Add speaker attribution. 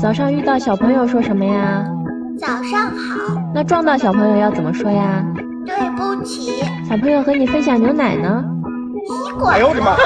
Speaker 1: 早上遇到小朋友说什么呀？
Speaker 2: 早上好，
Speaker 1: 那撞到小朋友要怎么说呀？
Speaker 2: 对不起，
Speaker 1: 小朋友和你分享牛奶呢？
Speaker 2: 你滚！
Speaker 3: 哎呦我的妈！